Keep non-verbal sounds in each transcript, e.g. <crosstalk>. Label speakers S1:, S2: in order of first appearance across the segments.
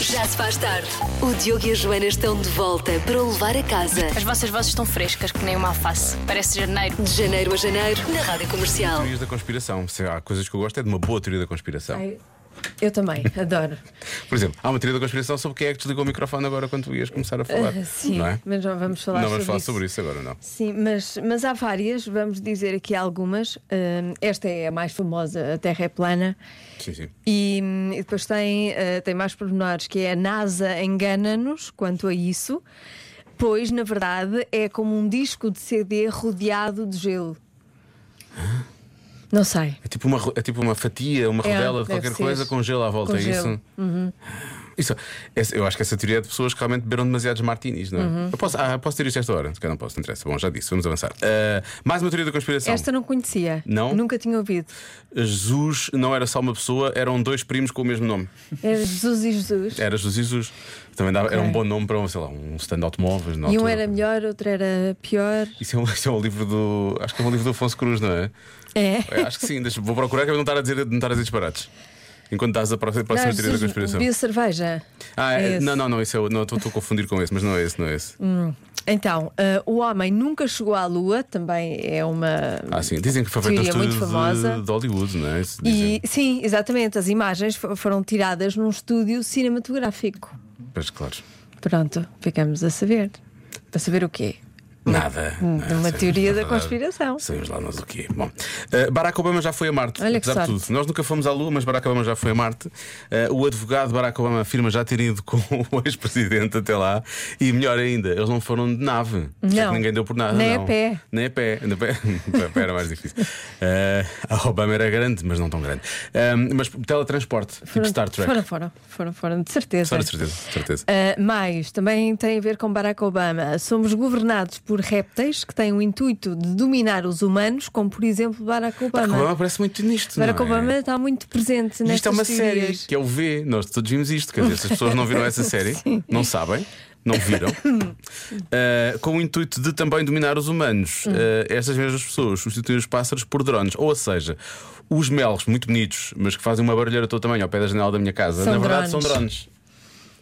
S1: Já se faz tarde. O Diogo e a Joana estão de volta para o levar a casa.
S2: As vossas vozes estão frescas, que nem uma alface. Parece janeiro.
S1: De janeiro a janeiro, na Rádio Comercial.
S3: Teorias da conspiração. Se há coisas que eu gosto é de uma boa teoria da conspiração.
S4: Eu também, <laughs> adoro.
S3: Por exemplo, há uma teoria da conspiração sobre quem é que desligou o microfone agora quando tu ias começar a falar.
S4: Ah, Sim,
S3: não é?
S4: mas não vamos falar
S3: não
S4: sobre
S3: vamos falar
S4: isso.
S3: sobre isso agora, não.
S4: Sim, mas, mas há várias, vamos dizer aqui algumas. Hum, esta é a mais famosa, a Terra é plana.
S3: Sim, sim.
S4: E, hum, e depois tem, eh, tem mais pormenores, que é a NASA engana-nos quanto a isso, pois, na verdade, é como um disco de CD rodeado de gelo. Não sei.
S3: É tipo uma, ro- é tipo uma fatia, uma
S4: É,
S3: rodela de
S4: deve
S3: qualquer
S4: ser.
S3: coisa com gelo à volta,
S4: Com
S3: é
S4: gelo. Uhum.
S3: isso? Isso, essa- eu acho que essa teoria é de pessoas que realmente beberam demasiados martinis, não é?
S4: Uhum.
S3: Eu posso, ah, posso ter isto esta hora? Se calhar não posso, não interessa. Bom, já disse, vamos avançar. Ah, mais uma teoria da conspiração.
S4: Esta não conhecia.
S3: Então, Não?
S4: Nunca tinha ouvido.
S3: Jesus não era só uma pessoa, eram dois primos com o mesmo nome.
S4: Era É Jesus e Jesus.
S3: Era Jesus Jesus. Também dava- era um bom nome para um, sei lá, um stand de automóveis. na
S4: E um
S3: altura.
S4: era melhor, outro era pior.
S3: Isso é, um, <laughs> isso é um livro do. Acho que é um livro do Afonso Cruz, não é?
S4: É.
S3: É, Acho que sim, deixa- vou procurar que é para não estar a dizer, não estar a dizer disparates. Enquanto estás a próxima, próxima teoria da
S4: Jesus
S3: conspiração.
S4: bebia cerveja.
S3: Ah, é-
S4: esse.
S3: não, não, não, isso é o- não, estou estou a confundir com esse, mas não é esse, não é esse.
S4: Então, ah, o homem nunca chegou à lua, também é uma.
S3: Ah, sim, dizem que foi feito um
S4: Teoria muito
S3: estúdio
S4: famosa.
S3: de, de Hollywood, não é? Isso dizem.
S4: E sim, exatamente, as imagens fo- foram tiradas num estúdio cinematográfico.
S3: Pois, claro.
S4: Pronto, ficamos a saber. A saber o quê?
S3: Tipo Nada. não
S4: Hum,
S3: é?
S4: de uma
S3: Sabemos,
S4: teoria
S3: na
S4: da
S3: verdade,
S4: conspiração.
S3: Sabemos lá nós o quê. Bom, eh, Barack Obama já foi a Marte,
S4: Olha que
S3: apesar de
S4: sorte.
S3: tudo. Nós nunca fomos à Lua, mas Barack Obama já foi a Marte. Eh, o advogado Barack Obama afirma já ter ido com <laughs> o ex-presidente até lá. E melhor ainda, eles não foram de nave. Já
S4: Não.
S3: que ninguém deu por nada.
S4: Nem a
S3: não.
S4: pé.
S3: Nem a pé. Nem a <laughs> pé. Nem a pé era mais difícil. Eh, a Obama era grande, mas não tão grande. Eh, mas teletransporte, tipo Star Trek.
S4: Foram, foram, foram, foram, de certeza.
S3: Só de certeza, de certeza.
S4: Ah, mais, também tem a ver com Barack Obama. Somos governados por répteis que têm o intuito de dominar os humanos, como por exemplo Barack Obama.
S3: Barack Obama parece muito nisto.
S4: Barack
S3: não é?
S4: Obama está muito presente
S3: Isto é
S4: nestas
S3: uma série
S4: teorias.
S3: que é o V. Nós todos vimos isto. Quer dizer, se as pessoas não viram essa série,
S4: <laughs> Sim.
S3: não sabem, não viram,
S4: <laughs>
S3: Uh, com o intuito de também dominar os humanos,
S4: Hum.
S3: uh, estas mesmas pessoas substituem os pássaros por drones. Ou seja, os melros, muito bonitos, mas que fazem uma barulheira todo tamanho ao pé da janela da minha casa,
S4: São
S3: na verdade
S4: drones.
S3: são drones.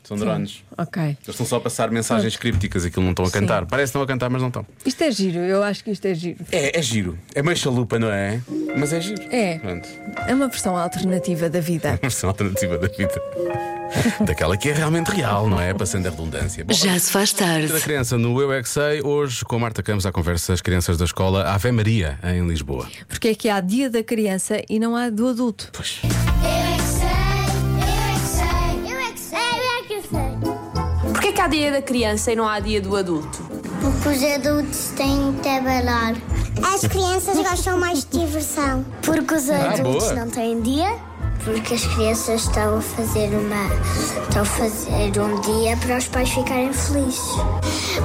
S3: São drones.
S4: Ok.
S3: Eles estão só a passar mensagens crípticas, aquilo não estão a cantar. Parece que estão a cantar, mas não estão.
S4: Isto é giro, eu acho que isto é giro.
S3: É, é giro. É meio chalupa, não é? Mas é giro.
S4: É.
S3: Pronto.
S4: É uma versão alternativa da vida.
S3: versão alternativa da vida. Daquela que é realmente real, não é? Passando a redundância. Bom,
S1: Já se faz
S3: da
S1: tarde.
S3: criança no Eu é Que Sei, hoje com a Marta Campos à conversa as crianças da escola Ave Maria, em Lisboa.
S4: Porque é que há dia da criança e não há do adulto.
S3: Pois.
S2: Porquê que há dia da criança e não há dia do adulto?
S5: Porque os adultos têm de trabalhar.
S6: As crianças gostam mais de diversão.
S5: Porque os adultos
S3: Ah, boa.
S5: não têm dia. Porque as crianças estão a fazer uma. estão a fazer um dia para os pais ficarem felizes.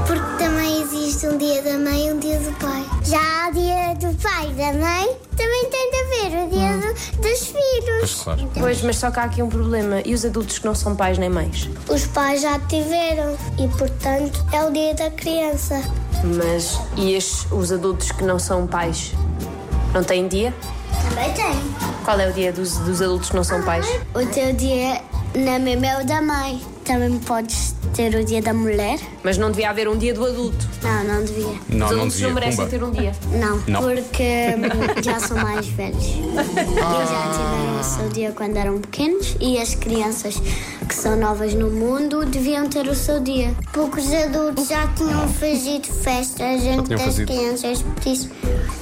S6: Porque também existe um dia da mãe e um dia do pai. Já há o dia do pai e da mãe, também tem de haver o dia do- dos
S3: Hum. Pois,
S6: filhos.
S3: claro.
S5: Então,
S7: Pois, mas só que há aqui um problema. E os adultos que não são pais nem mães?
S6: Os pais já tiveram e, portanto, é o dia da criança.
S7: Mas e estes, os adultos que não são pais? Não têm dia?
S6: Também tem.
S7: Qual é o dia dos, dos adultos que não são pais?
S6: O teu dia na mesma é o da mãe.
S5: Também podes ter o dia da mulher?
S7: Mas não devia haver um dia do adulto.
S5: Não, não devia.
S3: Não,
S7: Os
S3: não
S7: adultos
S3: dizia.
S1: é
S7: não merecem
S3: Pumba.
S1: assim.
S7: ter um dia.
S5: Não,
S3: Não.
S5: porque hum,
S3: <laughs>
S5: já são mais velhos. E já tiveram o seu dia quando eram pequenos e as crianças que são novas no mundo deviam ter o seu dia.
S6: Porque os adultos já tinham fazido festas entre
S3: tinham
S6: as
S3: fazido.
S6: crianças, por isso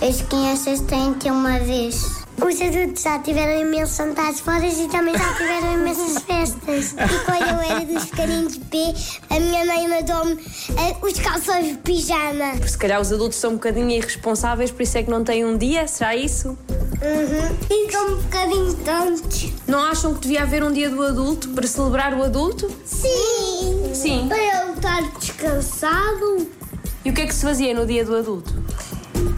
S6: as crianças têm de ter uma vez. Os adultos já tiveram imensos jantares fora e também já
S3: <laughs>
S6: tiveram imensas festas. E quando eu era dos pequeninos B, a minha mãe mandou-me eh, os calções de pijama.
S7: Se calhar os adultos são um bocadinho irresponsáveis, por isso é que não têm um dia, será isso?
S6: Uhum. E são um bocadinho tontos.
S7: Não acham que devia haver um dia do adulto para celebrar o adulto?
S6: Sim.
S7: Sim.
S6: Para eu estar descansado.
S7: E o que é que se fazia no dia do adulto?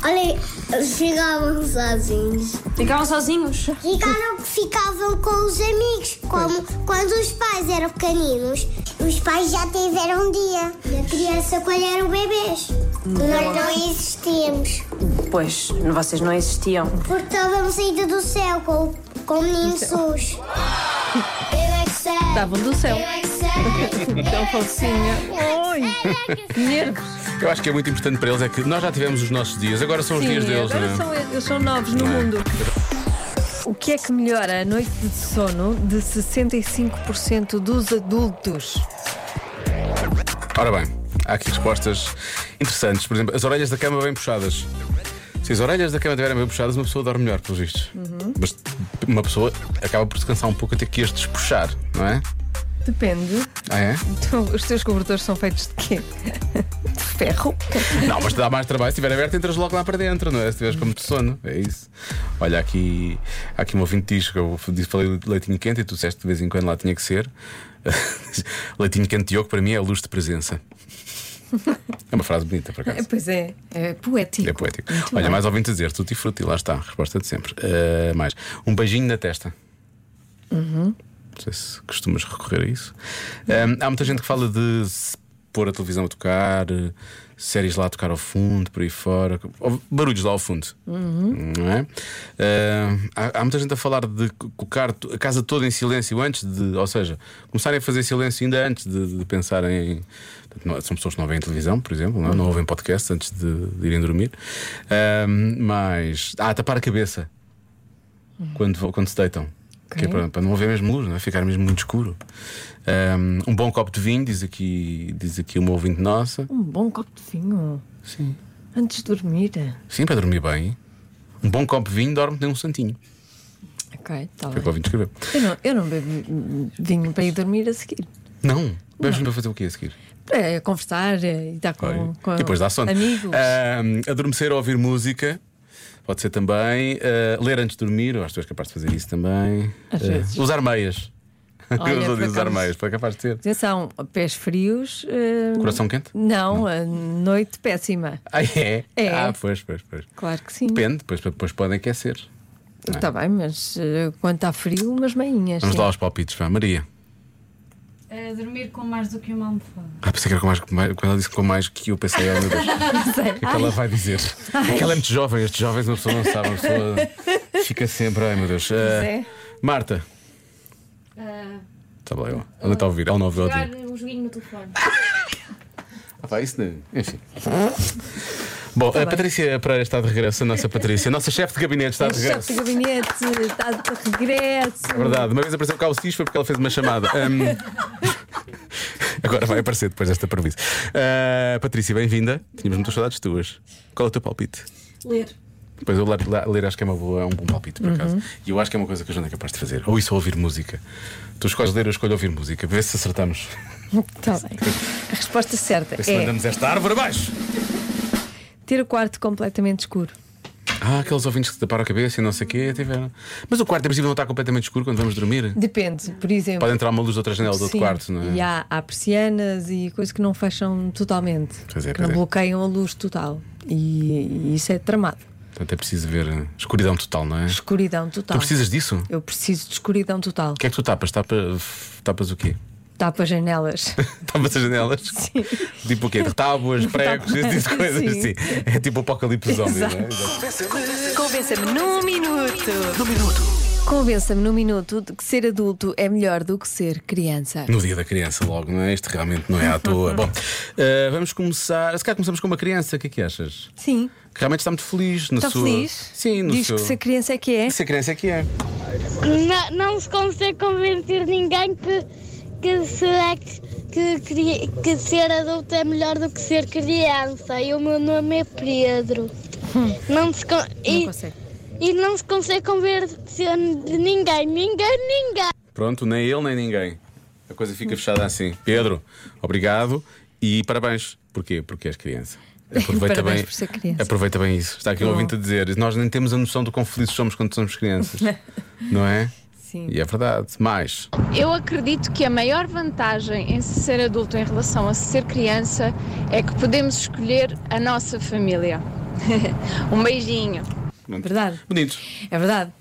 S6: Olha, chegavam sozinhos.
S7: Ficavam sozinhos?
S6: Ficaram que ficavam com os amigos, como quando os pais eram pequeninos. Os pais já tiveram um dia. E a criança quando eram bebês. Nós não existíamos.
S7: Pois, vocês não existiam.
S6: Porque estávamos saindo do céu com, com o menino SUS. Eu é que sei.
S4: Estavam do céu.
S6: Eu é que sei.
S4: Tão fofinha.
S6: é
S4: Oi! Nervos.
S3: Eu acho que é muito importante para eles é que nós já tivemos os nossos dias, agora são os
S4: Sim,
S3: dias deles,
S4: agora
S3: não é?
S4: são, eles são novos no mundo. O que é que melhora a noite de sono de 65% dos adultos?
S3: Ora bem, há aqui respostas interessantes. Por exemplo, as orelhas da cama bem puxadas. Se as orelhas da cama estiverem bem puxadas, uma pessoa dorme melhor, pelos vistos.
S1: Uhum.
S3: Mas uma pessoa acaba por descansar um pouco até que as despuxar, não é?
S4: Depende.
S3: Ah, é?
S4: Tu- os teus cobertores são feitos de quê? De ferro?
S3: Não, mas te dá mais trabalho. Se estiver aberto, entras logo lá para dentro, não é? Se estiveres com muito sono, é isso. Olha, aqui, há aqui um ouvinte diz que eu disse, falei de leitinho quente e tu disseste de vez em quando lá tinha que ser. <laughs> leitinho quente Diogo, para mim, é a luz de presença. É uma frase bonita, por acaso.
S4: Pois é, é poético.
S3: É poético. Olha, mais ouvinte a dizer, tutti frutti, lá está, a resposta de sempre. Ah, mais, um beijinho na testa. Não sei se costumas recorrer a isso. Ah, há muita gente que fala de se pôr a televisão a tocar, eh, séries lá a tocar ao fundo, por aí fora, ou barulhos lá ao fundo. Não é? Ah, há, há muita gente a falar de co- colocar to- a casa toda em silêncio antes de, ou seja, começarem a fazer silêncio ainda antes de, de pensarem em. portanto, não- são pessoas que não veem televisão, por exemplo, não, é? não ouvem podcast antes de, de irem dormir. Ah, mas. Ah, tapar a cabeça quando, vo- quando se deitam. Que é para, para não haver mesmo luz, não é? ficar mesmo muito escuro. Um, um bom copo de vinho, diz aqui, diz aqui uma ouvinte nossa.
S4: Um bom copo de vinho.
S3: Sim.
S4: Antes de dormir.
S3: Sim, para dormir bem. Um bom copo de vinho dorme tem um santinho.
S4: Ok, está
S3: Foi o que o
S4: bem.
S3: ouvinte escreveu.
S4: Eu não, eu não bebo hum, vinho para ir dormir a seguir.
S3: Não, vamos para fazer o quê a seguir?
S4: Para conversar eh, e estar com,
S3: Olha,
S4: com
S3: e depois dá sono. Ah.
S4: amigos.
S3: Ahm, adormecer ou ouvir música. Pode ser também. Ah, ler antes de dormir, eu acho que tu és capaz de fazer isso também.
S4: Às
S3: Ah,
S4: vezes.
S3: usar meias. <laughs>
S4: Olha,
S3: eu sou de
S4: por
S3: usar
S4: acaso-
S3: meias, foi capaz de ter.
S4: Atenção, pés frios. eh,
S3: Coração quente?
S4: Não, a noite péssima.
S3: Ah, é?
S4: É.
S3: Ah, pois, pois, pois.
S4: Claro que sim.
S3: Depende, depois, depois podem aquecer.
S4: Está bem, mas eh, quando está frio, umas meinhas.
S3: Vamos
S4: sim.
S3: lá aos palpites, vá. Maria.
S8: A dormir com mais do que uma almofada.
S3: Ah, pensei que era com mais, com mais- quando ela disse com mais que eu pensei, oh meu
S4: <laughs>
S3: Deus, o que é que ela vai dizer? É que ela é muito jovem, estes jovens uma pessoa não sabe, uma pessoa fica sempre, ai meu Deus. Ah,
S4: é.
S3: Marta. Está bem, ó. ela está a ouvir, ela não ouviu ouvir.
S8: Eh, um joguinho no telefone.
S3: <laughs> Ah, pá, isso não. Enfim. Bom,
S4: Tá
S3: a Patrícia Pereira está de regresso, a nossa Patrícia, a nossa chefe de gabinete está de regresso.
S4: Chefe de gabinete, está de regresso.
S3: É Verdade, uma vez apareceu cá o Cis foi porque ela fez uma chamada. Ahm, <laughs> Agora vai aparecer depois desta previsão. Patrícia, bem-vinda. Tínhamos muitas saudades tuas. Qual é o teu palpite?
S8: Ler.
S3: Pois eu ler, ler acho que é uma boa, é um bom palpite, por
S4: Uhum.
S3: acaso. E eu acho que é uma coisa que a Joana é capaz de fazer. Ou isso ou ouvir música. Tu escolhes ler, eu escolho ouvir música. Vê se acertamos.
S4: Está Tá bem. A resposta certa
S3: Vê se
S4: é
S3: mandamos esta árvore abaixo.
S4: ter o quarto completamente escuro.
S3: Ah, aqueles ouvintes que taparam a cabeça e não sei o quê, tiveram. Mas o quarto é possível não estar completamente escuro quando vamos dormir?
S4: Depende, por exemplo.
S3: Pode entrar uma luz de outra janela do outro
S4: Sim,
S3: quarto, não é?
S4: E há, há persianas e coisas que não fecham totalmente.
S3: Pois é,
S4: que
S3: pois
S4: não
S3: é.
S4: bloqueiam a luz total. E, e isso é tramado.
S3: Portanto é preciso ver eh, escuridão total, não é?
S4: Escuridão total.
S3: Tu precisas disso?
S4: Eu preciso de escuridão total.
S3: O que é que tu tapas? Tapa, tapas o quê?
S4: Tapa janelas.
S3: <laughs> Tapas as janelas? Sim. Tipo o quê?
S4: <laughs>
S3: Tábuas, pregos, esse tipo de coisas
S4: Sim.
S3: assim. É tipo o apocalipse zombie, não
S1: <laughs>
S3: é?
S1: Convença-me num minuto.
S4: Convença-me num minuto de que ser adulto é melhor do que ser criança.
S3: No dia da criança, logo, não é? Isto realmente não é à
S4: <laughs>
S3: toa. Bom, eh, vamos começar. Se calhar começamos com uma criança, o que é que achas?
S4: Sim.
S3: Que realmente está muito feliz na
S4: Está
S3: sua.
S4: feliz?
S3: Sim, no
S4: Diz
S3: seu.
S4: que ser criança é que é.
S3: Essa criança é que é.
S9: Não, não se consegue convencer ninguém que, que, se é que, que, cri- que ser adulto é melhor do que ser criança. E o meu nome é Pedro. Não se con-
S4: Não
S9: e,
S4: consegue.
S9: e não se consegue convencer de ninguém, ninguém, ninguém.
S3: Pronto, nem ele nem ninguém. A coisa fica fechada assim. Pedro, obrigado e parabéns. Porquê? Porque és criança.
S4: <laughs> Parabéns por ser criança.
S3: aproveita bem isso. Está aqui um
S4: Bom.
S3: ouvinte a dizer: nós nem temos a noção do quão felizes somos quando somos
S4: <laughs>
S3: crianças. não é?
S4: Sim.
S3: E é verdade. Mais.
S10: Eu acredito que a maior vantagem em ser adulto em relação a ser criança é que podemos escolher a nossa família. <laughs> um beijinho.
S4: Verdade.
S3: Bonito.
S4: É verdade.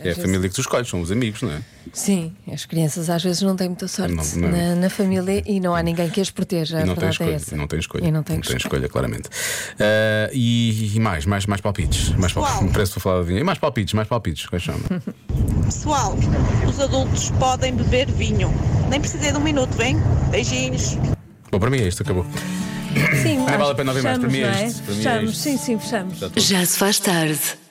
S3: É a família que tu escolhes, são os amigos, não é?
S4: Sim, as crianças às vezes não têm muita sorte
S3: Não, não é?
S4: na, na família e não há ninguém que as proteja.
S3: E
S4: a
S3: não tem
S4: verdade é
S3: escolha.
S4: essa.
S3: e não tem escolha.
S4: E não tem
S3: escolha.
S4: escolha.
S3: claramente. Ah, e, e mais, mais, mais palpites. Mais palpites. Me parece que vou falar de vinho. E mais palpites, mais palpites. Quais
S4: <laughs>
S3: são?
S11: Pessoal, os adultos podem beber vinho. Nem precisei de um minuto, bem? Beijinhos.
S3: Bom, para mim é isto, acabou.
S4: Sim,
S3: Nem
S4: nós
S3: vale a pena ouvir mais, para mim é
S4: fechamos, não
S3: este, para mim é
S4: Fechamos,
S3: este.
S4: sim, sim, fechamos.
S1: Já se faz tarde